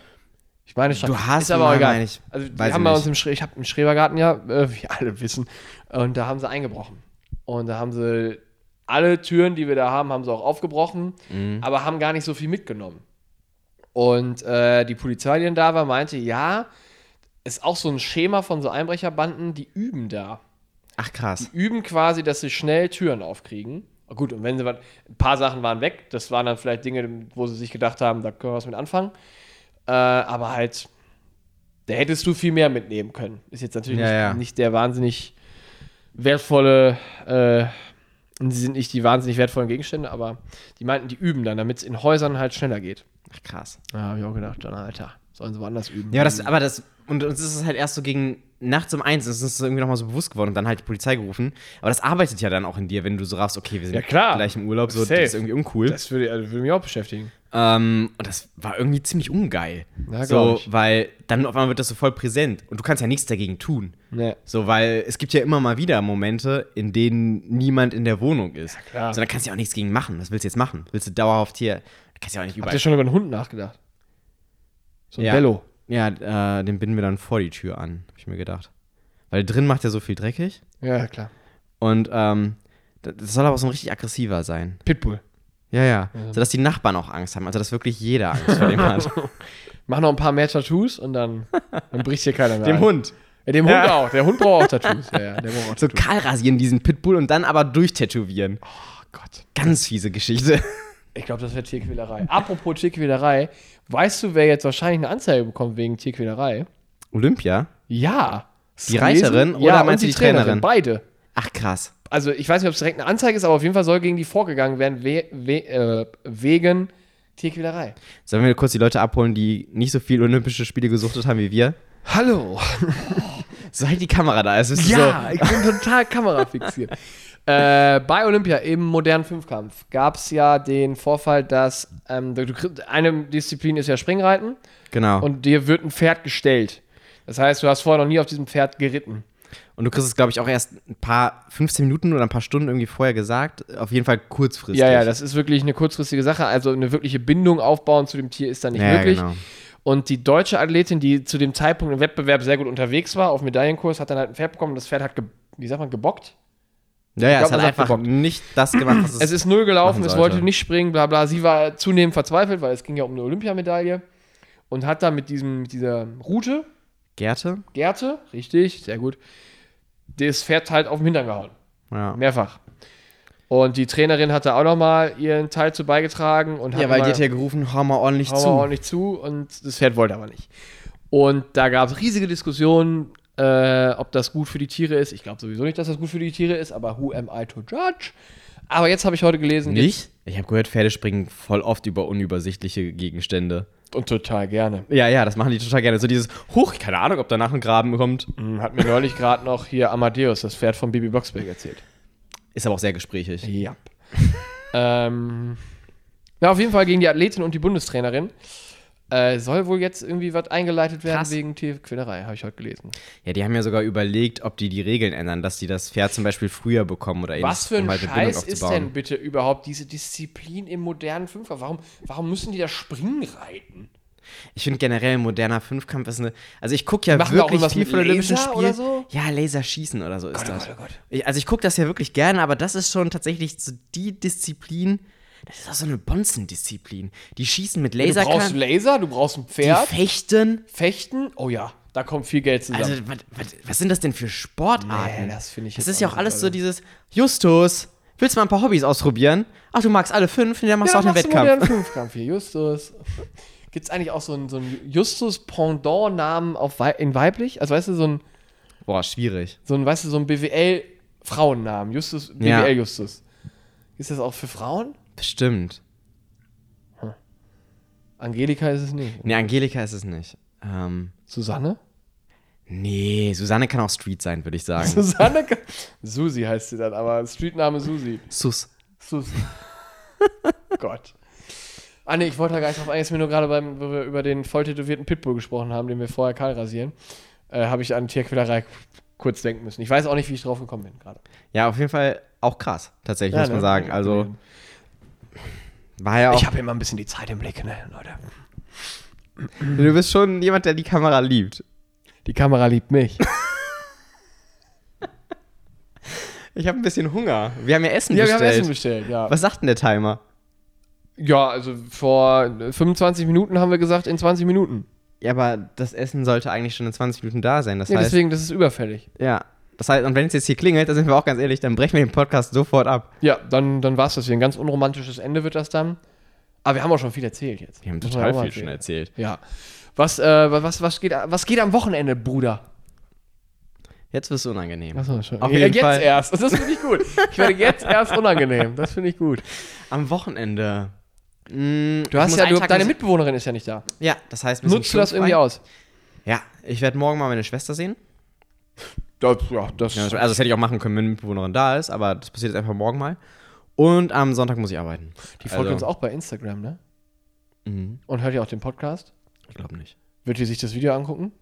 [SPEAKER 1] Ich meine schon.
[SPEAKER 2] Du hast
[SPEAKER 1] ist aber
[SPEAKER 2] mal,
[SPEAKER 1] egal.
[SPEAKER 2] meine ich.
[SPEAKER 1] also die
[SPEAKER 2] Weiß
[SPEAKER 1] haben
[SPEAKER 2] ich
[SPEAKER 1] bei
[SPEAKER 2] nicht.
[SPEAKER 1] uns im Schre ich habe einen Schrebergarten ja, äh, wie alle wissen, und da haben sie eingebrochen. Und da haben sie alle Türen, die wir da haben, haben sie auch aufgebrochen,
[SPEAKER 2] Mhm.
[SPEAKER 1] aber haben gar nicht so viel mitgenommen. Und äh, die Polizei, die dann da war, meinte, ja, ist auch so ein Schema von so Einbrecherbanden, die üben da
[SPEAKER 2] Ach, krass.
[SPEAKER 1] üben quasi, dass sie schnell Türen aufkriegen. Gut, und wenn sie was, ein paar Sachen waren weg, das waren dann vielleicht Dinge, wo sie sich gedacht haben, da können wir was mit anfangen. Äh, aber halt, da hättest du viel mehr mitnehmen können. Ist jetzt natürlich
[SPEAKER 2] Ja,
[SPEAKER 1] nicht,
[SPEAKER 2] ja.
[SPEAKER 1] nicht der wahnsinnig wertvolle, äh, sie sind nicht die wahnsinnig wertvollen Gegenstände, aber die meinten, die üben dann, damit es in Häusern halt schneller geht.
[SPEAKER 2] Ach, krass.
[SPEAKER 1] Da habe ich auch gedacht, dann Alter, sollen sie woanders üben. Hm.
[SPEAKER 2] Ja, das, aber das, und uns ist es halt erst so gegen nachts um eins, ist uns irgendwie nochmal so bewusst geworden und dann halt die Polizei gerufen. Aber das arbeitet ja dann auch in dir, wenn du so raffst, okay, wir sind
[SPEAKER 1] Ja, klar.
[SPEAKER 2] gleich im Urlaub, so,
[SPEAKER 1] Safe.
[SPEAKER 2] das ist irgendwie uncool.
[SPEAKER 1] das würde, also würde mich auch beschäftigen.
[SPEAKER 2] Ähm, und das war irgendwie ziemlich ungeil.
[SPEAKER 1] Ja, glaub
[SPEAKER 2] so,
[SPEAKER 1] ich.
[SPEAKER 2] weil dann auf einmal wird das so voll präsent und du kannst ja nichts dagegen tun.
[SPEAKER 1] Nee.
[SPEAKER 2] So, weil es gibt ja immer mal wieder Momente, in denen niemand in der Wohnung ist.
[SPEAKER 1] klar.
[SPEAKER 2] So, da kannst du ja auch nichts gegen machen. Was willst du jetzt machen? Willst du dauerhaft hier? Da kannst du ja auch nicht
[SPEAKER 1] Habt
[SPEAKER 2] überall.
[SPEAKER 1] ihr schon über einen Hund nachgedacht? So ein
[SPEAKER 2] ja,
[SPEAKER 1] Bello.
[SPEAKER 2] Ja, äh, den binden wir dann vor die Tür an, hab ich mir gedacht. Weil drin macht er so viel dreckig
[SPEAKER 1] Ja, klar.
[SPEAKER 2] und ähm, das das soll aber so ein richtig aggressiver sein.
[SPEAKER 1] Pitbull.
[SPEAKER 2] Ja, ja. Sodass die Nachbarn auch Angst haben. Also, dass wirklich jeder Angst vor dem hat.
[SPEAKER 1] Mach noch ein paar mehr Tattoos und dann, dann bricht hier keiner mehr.
[SPEAKER 2] dem
[SPEAKER 1] ein.
[SPEAKER 2] Hund.
[SPEAKER 1] Ja, dem Hund auch. Der Hund braucht auch Tattoos. Ja, ja, der braucht auch
[SPEAKER 2] So
[SPEAKER 1] Tattoos.
[SPEAKER 2] kahl rasieren diesen Pitbull und dann aber durchtätowieren.
[SPEAKER 1] Oh Gott.
[SPEAKER 2] Ganz fiese Geschichte.
[SPEAKER 1] Ich glaube, das wäre Tierquälerei. Apropos Tierquälerei. Weißt du, wer jetzt wahrscheinlich eine Anzeige bekommt wegen Tierquälerei?
[SPEAKER 2] Olympia?
[SPEAKER 1] Ja. Hast
[SPEAKER 2] Die
[SPEAKER 1] du gelesen?
[SPEAKER 2] Reicherin oder
[SPEAKER 1] ja,
[SPEAKER 2] meinst
[SPEAKER 1] und die
[SPEAKER 2] du die Trainerin?
[SPEAKER 1] Beide.
[SPEAKER 2] Ach krass.
[SPEAKER 1] Also, ich weiß nicht, ob es direkt eine Anzeige ist, aber auf jeden Fall soll gegen die vorgegangen werden we we äh, wegen Tierquälerei.
[SPEAKER 2] Sollen wir kurz die Leute abholen, die nicht so viel Olympische Spiele gesuchtet haben wie wir?
[SPEAKER 1] Hallo.
[SPEAKER 2] So halt die Kamera da ist. wisst ihr,
[SPEAKER 1] Ja, ich bin total kamerafixiert. äh, bei Olympia im modernen Fünfkampf gab es ja den Vorfall, dass ähm, du, kriegst- eine Disziplin ist ja Springreiten
[SPEAKER 2] So. Genau. Und,
[SPEAKER 1] und dir wird ein Pferd gestellt. Das heißt, du hast vorher noch nie auf diesem Pferd geritten.
[SPEAKER 2] du kriegst es, glaube ich, auch erst ein paar 15 Minuten oder ein paar Stunden irgendwie vorher gesagt. Auf jeden Fall kurzfristig.
[SPEAKER 1] Ja, ja, das ist wirklich eine kurzfristige Sache. Also eine wirkliche Bindung aufbauen zu dem Tier ist da nicht
[SPEAKER 2] Ja,
[SPEAKER 1] möglich.
[SPEAKER 2] genau.
[SPEAKER 1] Und die deutsche Athletin, die zu dem Zeitpunkt im Wettbewerb sehr gut unterwegs war, auf Medaillenkurs, hat dann halt ein Pferd bekommen und das Pferd hat, ge wie sagt man, gebockt?
[SPEAKER 2] ja, ja
[SPEAKER 1] glaub,
[SPEAKER 2] es hat
[SPEAKER 1] das hat
[SPEAKER 2] einfach
[SPEAKER 1] gebockt.
[SPEAKER 2] nicht das gemacht, was es,
[SPEAKER 1] Es ist null gelaufen,
[SPEAKER 2] machen halt,
[SPEAKER 1] es
[SPEAKER 2] sollte.
[SPEAKER 1] wollte nicht springen, bla bla. Sie war zunehmend verzweifelt, weil es ging ja um eine Olympiamedaille und hat dann mit, diesem, mit dieser Route,
[SPEAKER 2] Gerte?
[SPEAKER 1] Gerte, richtig, sehr gut, das Pferd halt auf den Hintern gehauen.
[SPEAKER 2] Ja.
[SPEAKER 1] Mehrfach. Und die Trainerin hat da auch nochmal ihren Teil zu beigetragen und hat
[SPEAKER 2] ja, weil
[SPEAKER 1] immer-
[SPEAKER 2] die hat ja gerufen, hau mal ordentlich
[SPEAKER 1] hau
[SPEAKER 2] zu.
[SPEAKER 1] mal ordentlich zu und das Pferd wollte aber nicht. Und da gab es riesige Diskussionen, äh, ob das gut für die Tiere ist. Ich glaube sowieso nicht, dass das gut für die Tiere ist, aber who am I to judge? Aber jetzt habe ich heute gelesen, jetzt-
[SPEAKER 2] Nicht? Ich habe gehört, Pferde springen voll oft über unübersichtliche Gegenstände.
[SPEAKER 1] und total gerne.
[SPEAKER 2] Ja, ja, das machen die total gerne. So dieses, huch, keine Ahnung, ob danach ein Graben kommt.
[SPEAKER 1] Mm, Hat mir neulich gerade noch hier Amadeus, das Pferd von Bibi Blocksberg, erzählt.
[SPEAKER 2] Ist aber auch sehr gesprächig.
[SPEAKER 1] Ja. ähm, na, auf jeden Fall gegen die Athletin und die Bundestrainerin. Äh, soll wohl jetzt irgendwie was eingeleitet werden
[SPEAKER 2] Krass.
[SPEAKER 1] wegen Tierquälerei, habe ich heute gelesen.
[SPEAKER 2] Ja, die haben ja sogar überlegt, ob die die Regeln ändern, dass die das Pferd zum Beispiel früher bekommen oder ähnliches,
[SPEAKER 1] Was für ein
[SPEAKER 2] um halt eine Bindung
[SPEAKER 1] Scheiß ist
[SPEAKER 2] aufzubauen.
[SPEAKER 1] denn bitte überhaupt diese Disziplin im modernen Fünfer? Warum, warum müssen die da springen reiten?
[SPEAKER 2] Ich finde generell ein moderner Fünfkampf ist eine. Also ich gucke ja
[SPEAKER 1] Machen wir auch
[SPEAKER 2] wirklich
[SPEAKER 1] irgendwas
[SPEAKER 2] viel
[SPEAKER 1] mit
[SPEAKER 2] von Olympischen
[SPEAKER 1] Laser
[SPEAKER 2] Spielen.
[SPEAKER 1] oder so?
[SPEAKER 2] Ja, Laserschießen oder so ist das.
[SPEAKER 1] Gott, oh Gott.
[SPEAKER 2] Ich, also ich gucke das ja wirklich gerne, aber das ist schon tatsächlich so die Disziplin. Das ist auch so eine Bonzendisziplin. Die schießen mit
[SPEAKER 1] Du
[SPEAKER 2] Laser.
[SPEAKER 1] brauchst Laser, du brauchst ein
[SPEAKER 2] die
[SPEAKER 1] Pferd,
[SPEAKER 2] fechten.
[SPEAKER 1] Fechten. Oh ja, da kommt viel Geld zusammen.
[SPEAKER 2] Also, was, was, was sind das denn für Sportarten?
[SPEAKER 1] Nee, das finde ich
[SPEAKER 2] Das
[SPEAKER 1] jetzt
[SPEAKER 2] ist ja
[SPEAKER 1] auch
[SPEAKER 2] auch
[SPEAKER 1] nicht
[SPEAKER 2] alles
[SPEAKER 1] so
[SPEAKER 2] so dieses, Justus, willst du mal ein paar Hobbys ausprobieren? Ach, du magst alle fünf, ja, dann machst
[SPEAKER 1] Ja,
[SPEAKER 2] du auch einen
[SPEAKER 1] machst du
[SPEAKER 2] Wettkampf.
[SPEAKER 1] modernen Fünfkampf hier, Justus. Gibt es eigentlich auch so einen, so einen Justus-Pendant-Namen auf Wei in weiblich? Also weißt du, so ein,
[SPEAKER 2] Boah, schwierig.
[SPEAKER 1] so ein, weißt du, so ein BWL-Frauennamen. Justus,
[SPEAKER 2] Ja.
[SPEAKER 1] BWL-Justus. Ist das auch für Frauen?
[SPEAKER 2] Bestimmt.
[SPEAKER 1] Angelika ist es nicht.
[SPEAKER 2] Nee, Angelika ist es nicht. Ähm,
[SPEAKER 1] Susanne?
[SPEAKER 2] nee, Susanne kann auch Street sein, würde ich sagen.
[SPEAKER 1] Susanne? kann- Susi heißt sie dann, aber Streetname Susi.
[SPEAKER 2] Sus.
[SPEAKER 1] Sus. Gott. Ah nee, ich wollte da gar nicht drauf eingehen. Ist mir nur gerade, beim, wo wir über den volltätowierten Pitbull gesprochen haben, den wir vorher kahl rasieren, äh, habe ich an Tierquälerei kurz denken müssen. Ich weiß auch nicht, wie ich drauf gekommen bin gerade.
[SPEAKER 2] Ja, auf jeden Fall auch krass, tatsächlich, muss
[SPEAKER 1] Ja,
[SPEAKER 2] man
[SPEAKER 1] ne?
[SPEAKER 2] sagen. Also war ja
[SPEAKER 1] Ich
[SPEAKER 2] auch.
[SPEAKER 1] habe immer ein bisschen die Zeit im Blick, ne, Leute.
[SPEAKER 2] Du bist schon jemand, der die Kamera liebt.
[SPEAKER 1] Die Kamera liebt mich.
[SPEAKER 2] Ich habe ein bisschen Hunger. Wir haben ja Essen
[SPEAKER 1] ja, wir
[SPEAKER 2] bestellt.
[SPEAKER 1] haben Essen bestellt, ja.
[SPEAKER 2] Was sagt denn der Timer?
[SPEAKER 1] Ja, also vor 25 Minuten haben wir gesagt, in 20 Minuten.
[SPEAKER 2] Ja, aber das Essen sollte eigentlich schon in 20 Minuten da sein. Das
[SPEAKER 1] Ja,
[SPEAKER 2] heißt,
[SPEAKER 1] deswegen, das ist überfällig.
[SPEAKER 2] ja. Das heißt, und wenn es jetzt hier klingelt, da sind wir auch ganz ehrlich, dann brechen wir den Podcast sofort ab.
[SPEAKER 1] Ja, dann, dann war es das hier. Ein ganz unromantisches Ende wird das dann. Aber wir haben auch schon viel erzählt jetzt.
[SPEAKER 2] Wir haben
[SPEAKER 1] Muss man
[SPEAKER 2] total
[SPEAKER 1] auch mal
[SPEAKER 2] viel schon
[SPEAKER 1] erzählen.
[SPEAKER 2] erzählt.
[SPEAKER 1] Ja. Was, äh, was, was, geht, was geht am Wochenende, Bruder?
[SPEAKER 2] Jetzt wirst du unangenehm.
[SPEAKER 1] Achso, schon.
[SPEAKER 2] Auf
[SPEAKER 1] Ja,
[SPEAKER 2] jeden
[SPEAKER 1] jetzt
[SPEAKER 2] Fall.
[SPEAKER 1] erst. Das finde ich gut. Ich werde jetzt erst unangenehm. Das finde ich gut.
[SPEAKER 2] Am Wochenende. Mm, ich
[SPEAKER 1] Du hast
[SPEAKER 2] muss
[SPEAKER 1] ja,
[SPEAKER 2] einen
[SPEAKER 1] du,
[SPEAKER 2] Tag
[SPEAKER 1] deine
[SPEAKER 2] muss-
[SPEAKER 1] Mitbewohnerin ist ja nicht da.
[SPEAKER 2] Ja, das heißt, wir sind
[SPEAKER 1] Nutzt du das irgendwie
[SPEAKER 2] sturmfrei.
[SPEAKER 1] aus?
[SPEAKER 2] Ja, ich werde morgen mal meine Schwester sehen.
[SPEAKER 1] Das, ja, das.
[SPEAKER 2] Ja, das- Also das hätte ich auch machen können, wenn eine Mitbewohnerin da ist, aber das passiert jetzt einfach morgen mal. Und am Sonntag muss ich arbeiten.
[SPEAKER 1] die folgt
[SPEAKER 2] also-
[SPEAKER 1] uns auch bei Instagram, ne?
[SPEAKER 2] Mhm.
[SPEAKER 1] Und hört ja auch den Podcast.
[SPEAKER 2] Ich glaube nicht.
[SPEAKER 1] Wird die sich das Video angucken?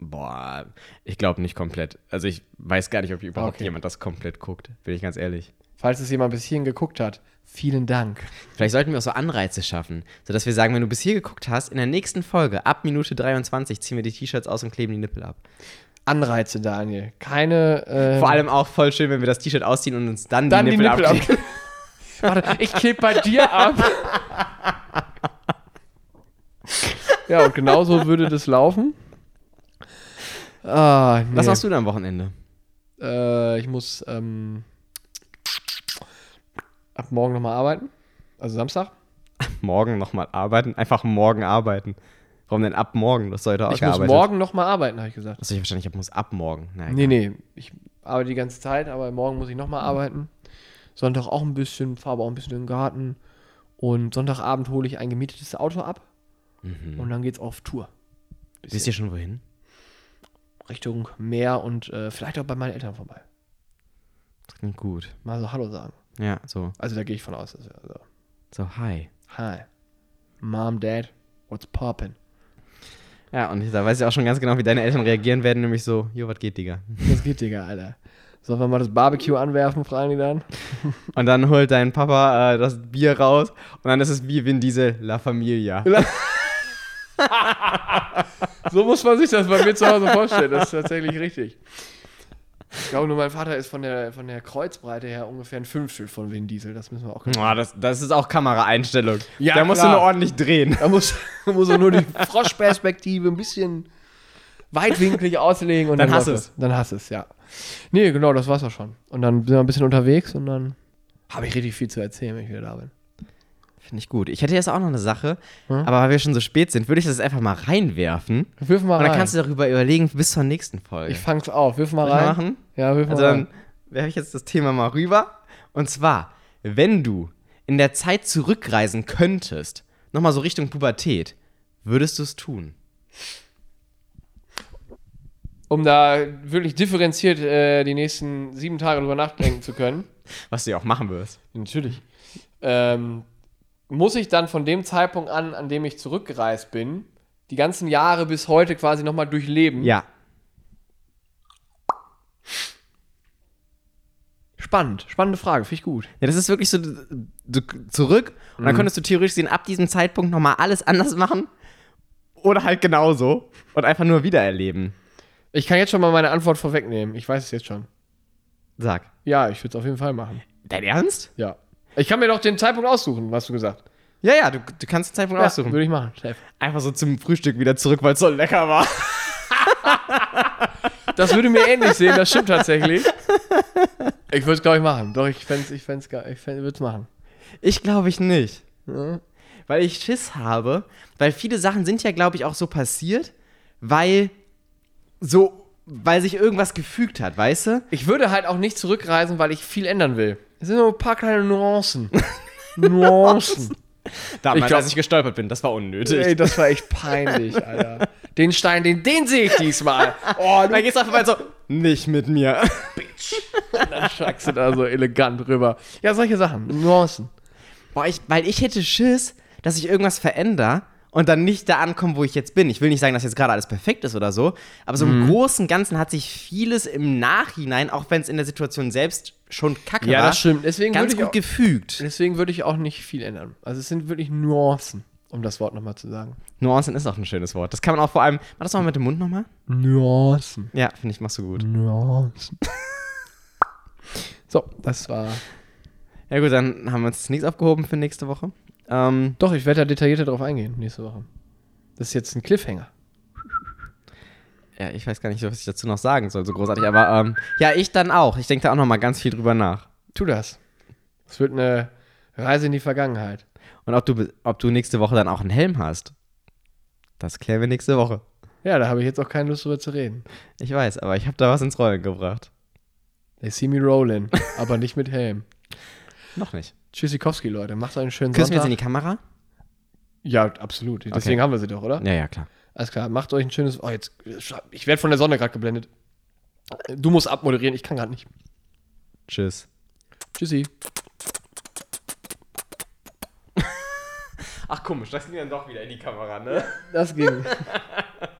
[SPEAKER 2] Boah, ich glaube nicht komplett. Also ich weiß gar nicht, ob überhaupt
[SPEAKER 1] Okay.
[SPEAKER 2] jemand das komplett guckt, bin ich ganz ehrlich.
[SPEAKER 1] Falls es jemand bis hierhin geguckt hat, vielen Dank.
[SPEAKER 2] Vielleicht sollten wir auch so Anreize schaffen, sodass wir sagen, wenn du bis hier geguckt hast, in der nächsten Folge, ab Minute 23, ziehen wir die T-Shirts aus und kleben die Nippel ab.
[SPEAKER 1] Anreize, Daniel. Keine. Äh,
[SPEAKER 2] Vor allem auch voll schön, wenn wir das T-Shirt ausziehen und uns Ähm. dann,
[SPEAKER 1] dann
[SPEAKER 2] die Nippel, abkleben.
[SPEAKER 1] Warte, ich klebe bei dir ab. ja, und genauso würde das laufen. Ah, nee.
[SPEAKER 2] Was machst du denn am Wochenende?
[SPEAKER 1] Äh, ich muss ähm, ab morgen nochmal arbeiten. Also Samstag.
[SPEAKER 2] Morgen nochmal arbeiten? Einfach morgen arbeiten. Warum denn ab morgen? Das sollte auch
[SPEAKER 1] Ich muss
[SPEAKER 2] gearbeitet.
[SPEAKER 1] morgen nochmal arbeiten, habe ich gesagt.
[SPEAKER 2] Achso, ich hab verstanden, ich muss ab morgen. Nein.
[SPEAKER 1] Nee, nee. Ich arbeite die ganze Zeit, aber morgen muss ich nochmal arbeiten. Sonntag auch ein bisschen, fahre aber auch ein bisschen in den Garten. Und Sonntagabend hole ich ein gemietetes Auto ab. Und dann geht's auf Tour.
[SPEAKER 2] Wisst ihr schon wohin?
[SPEAKER 1] Richtung Meer und äh, vielleicht auch bei meinen Eltern vorbei.
[SPEAKER 2] Das klingt gut.
[SPEAKER 1] Mal so Hallo sagen.
[SPEAKER 2] Ja, so.
[SPEAKER 1] Also da gehe ich von aus. Dass wir, also,
[SPEAKER 2] So, hi.
[SPEAKER 1] hi. Mom, Dad, what's poppin'?
[SPEAKER 2] Ja, und da weiß ich auch schon ganz genau, wie deine Eltern reagieren werden, nämlich so, jo, was geht, Digga?
[SPEAKER 1] Was geht, Digga, Alter? Sollen wir mal das Barbecue anwerfen, fragen die dann?
[SPEAKER 2] Und dann holt dein Papa äh, das Bier raus und dann ist es wie Vin Diesel, La Familia.
[SPEAKER 1] So muss man sich das bei mir zu Hause vorstellen. Das ist tatsächlich richtig. Ich glaube nur, mein Vater ist von der, von der Kreuzbreite her ungefähr ein Fünftel von Vin Diesel. Das müssen wir auch
[SPEAKER 2] Boah, Ah, das, das ist auch Kameraeinstellung.
[SPEAKER 1] Ja,
[SPEAKER 2] da musst du
[SPEAKER 1] klar.
[SPEAKER 2] nur ordentlich drehen.
[SPEAKER 1] Da muss, da muss er nur die Froschperspektive ein bisschen weitwinklig auslegen und
[SPEAKER 2] Dann
[SPEAKER 1] dann,
[SPEAKER 2] hast
[SPEAKER 1] läuft das. Dann hast du es, ja. Nee, genau, das war's auch schon. Und dann sind wir ein bisschen unterwegs und dann habe ich richtig viel zu erzählen, wenn ich wieder da bin.
[SPEAKER 2] Finde ich gut. Ich hätte jetzt auch noch eine Sache,
[SPEAKER 1] Hm?
[SPEAKER 2] aber weil wir schon so spät sind, würde ich das einfach mal reinwerfen.
[SPEAKER 1] Wirf mal
[SPEAKER 2] Und dann
[SPEAKER 1] rein.
[SPEAKER 2] kannst du darüber überlegen bis zur nächsten Folge.
[SPEAKER 1] ich fang's auf. Wirf mal
[SPEAKER 2] Soll ich
[SPEAKER 1] rein.
[SPEAKER 2] mal machen?
[SPEAKER 1] Ja, wirf mal
[SPEAKER 2] Also
[SPEAKER 1] rein.
[SPEAKER 2] dann werfe ich jetzt das Thema mal rüber. Und zwar, wenn du in der Zeit zurückreisen könntest, nochmal so Richtung Pubertät, würdest du es tun?
[SPEAKER 1] Um da wirklich differenziert äh, die nächsten sieben Tage drüber nachdenken zu können.
[SPEAKER 2] Was du ja auch machen wirst.
[SPEAKER 1] Natürlich. Ähm, muss ich dann von dem Zeitpunkt an, an dem ich zurückgereist bin, die ganzen Jahre bis heute quasi nochmal durchleben?
[SPEAKER 2] Ja.
[SPEAKER 1] Spannend. Spannende Frage. Finde ich gut.
[SPEAKER 2] Ja, das ist wirklich so du, du- zurück und dann könntest du theoretisch sehen, ab diesem Zeitpunkt nochmal alles anders machen oder halt genauso und einfach nur wiedererleben.
[SPEAKER 1] Ich kann jetzt schon mal meine Antwort vorwegnehmen. Ich weiß es jetzt schon.
[SPEAKER 2] Sag.
[SPEAKER 1] Ja, ich würde es auf jeden Fall machen.
[SPEAKER 2] Dein Ernst?
[SPEAKER 1] Ja. Ich kann mir doch den Zeitpunkt aussuchen, was du gesagt.
[SPEAKER 2] Ja, ja, du, du kannst den Zeitpunkt aussuchen.
[SPEAKER 1] Würde ich machen, Chef.
[SPEAKER 2] Einfach so zum Frühstück wieder zurück, weil es so lecker war.
[SPEAKER 1] Das würde mir ähnlich sehen, das stimmt tatsächlich. Ich würde es, glaube ich, machen. Doch, ich fänd's, ich fänd's, ge- ich fänd- würd's machen.
[SPEAKER 2] Ich glaube ich nicht. Weil ich Schiss habe, weil viele Sachen sind ja, glaube ich, auch so passiert, weil so, weil sich irgendwas gefügt hat, weißt du?
[SPEAKER 1] Ich würde halt auch nicht zurückreisen, weil ich viel ändern will. Es sind nur ein paar kleine Nuancen. Nuancen.
[SPEAKER 2] Damals,
[SPEAKER 1] Ich glaub-
[SPEAKER 2] als ich gestolpert bin, das war unnötig.
[SPEAKER 1] Ey, das war echt peinlich, Alter. Den Stein, den, den sehe ich diesmal. Oh,
[SPEAKER 2] dann gehst du einfach mal so, nicht mit mir.
[SPEAKER 1] Bitch. Dann schnackst du da so elegant rüber. Ja, solche Sachen, Nuancen.
[SPEAKER 2] Boah, ich, weil ich hätte Schiss, dass ich irgendwas verändere und dann nicht da ankomme, wo ich jetzt bin. Ich will nicht sagen, dass jetzt gerade alles perfekt ist oder so, aber so
[SPEAKER 1] Mhm.
[SPEAKER 2] im Großen und Ganzen hat sich vieles im Nachhinein, auch wenn es in der Situation selbst schon kacke
[SPEAKER 1] Ja,
[SPEAKER 2] war,
[SPEAKER 1] das stimmt. Deswegen
[SPEAKER 2] ganz
[SPEAKER 1] würde ich
[SPEAKER 2] gut
[SPEAKER 1] auch-
[SPEAKER 2] gefügt.
[SPEAKER 1] Deswegen würde ich auch nicht viel ändern. Also es sind wirklich Nuancen, um das Wort nochmal zu sagen.
[SPEAKER 2] Nuancen ist auch ein schönes Wort. Das kann man auch vor allem. Mach das mal mit dem Mund nochmal.
[SPEAKER 1] Nuancen.
[SPEAKER 2] Ja, finde ich, machst du gut.
[SPEAKER 1] Nuancen. so, das war.
[SPEAKER 2] Ja, gut, dann haben wir uns nichts aufgehoben für nächste Woche. Ähm,
[SPEAKER 1] Doch, ich werde da detaillierter drauf eingehen nächste Woche. Das ist jetzt ein Cliffhanger.
[SPEAKER 2] ja, ich weiß gar nicht, was ich dazu noch sagen soll, so großartig. Aber ähm, ja, ich dann auch. Ich denke da auch nochmal ganz viel drüber nach.
[SPEAKER 1] Tu das. Es wird eine Reise in die Vergangenheit.
[SPEAKER 2] Und ob du, be- ob du nächste Woche dann auch einen Helm hast, das klären wir nächste Woche.
[SPEAKER 1] Ja, da habe ich jetzt auch keine Lust drüber zu reden.
[SPEAKER 2] Ich weiß, aber ich habe da was ins Rollen gebracht.
[SPEAKER 1] They see me rolling, aber nicht mit Helm.
[SPEAKER 2] Noch nicht.
[SPEAKER 1] Tschüssikowski, Leute. Macht einen schönen
[SPEAKER 2] Küssen wir jetzt in
[SPEAKER 1] Sonntag.
[SPEAKER 2] die Kamera?
[SPEAKER 1] ja, absolut. Deswegen haben wir sie doch, oder?
[SPEAKER 2] Ja, ja, klar.
[SPEAKER 1] Alles klar, macht euch ein schönes. Oh, jetzt, ich werde von der Sonne gerade geblendet. Du musst abmoderieren, ich kann gerade nicht.
[SPEAKER 2] Tschüss.
[SPEAKER 1] Tschüssi.
[SPEAKER 2] Ach komisch, das ging dann doch wieder in die Kamera, ne?
[SPEAKER 1] Das ging.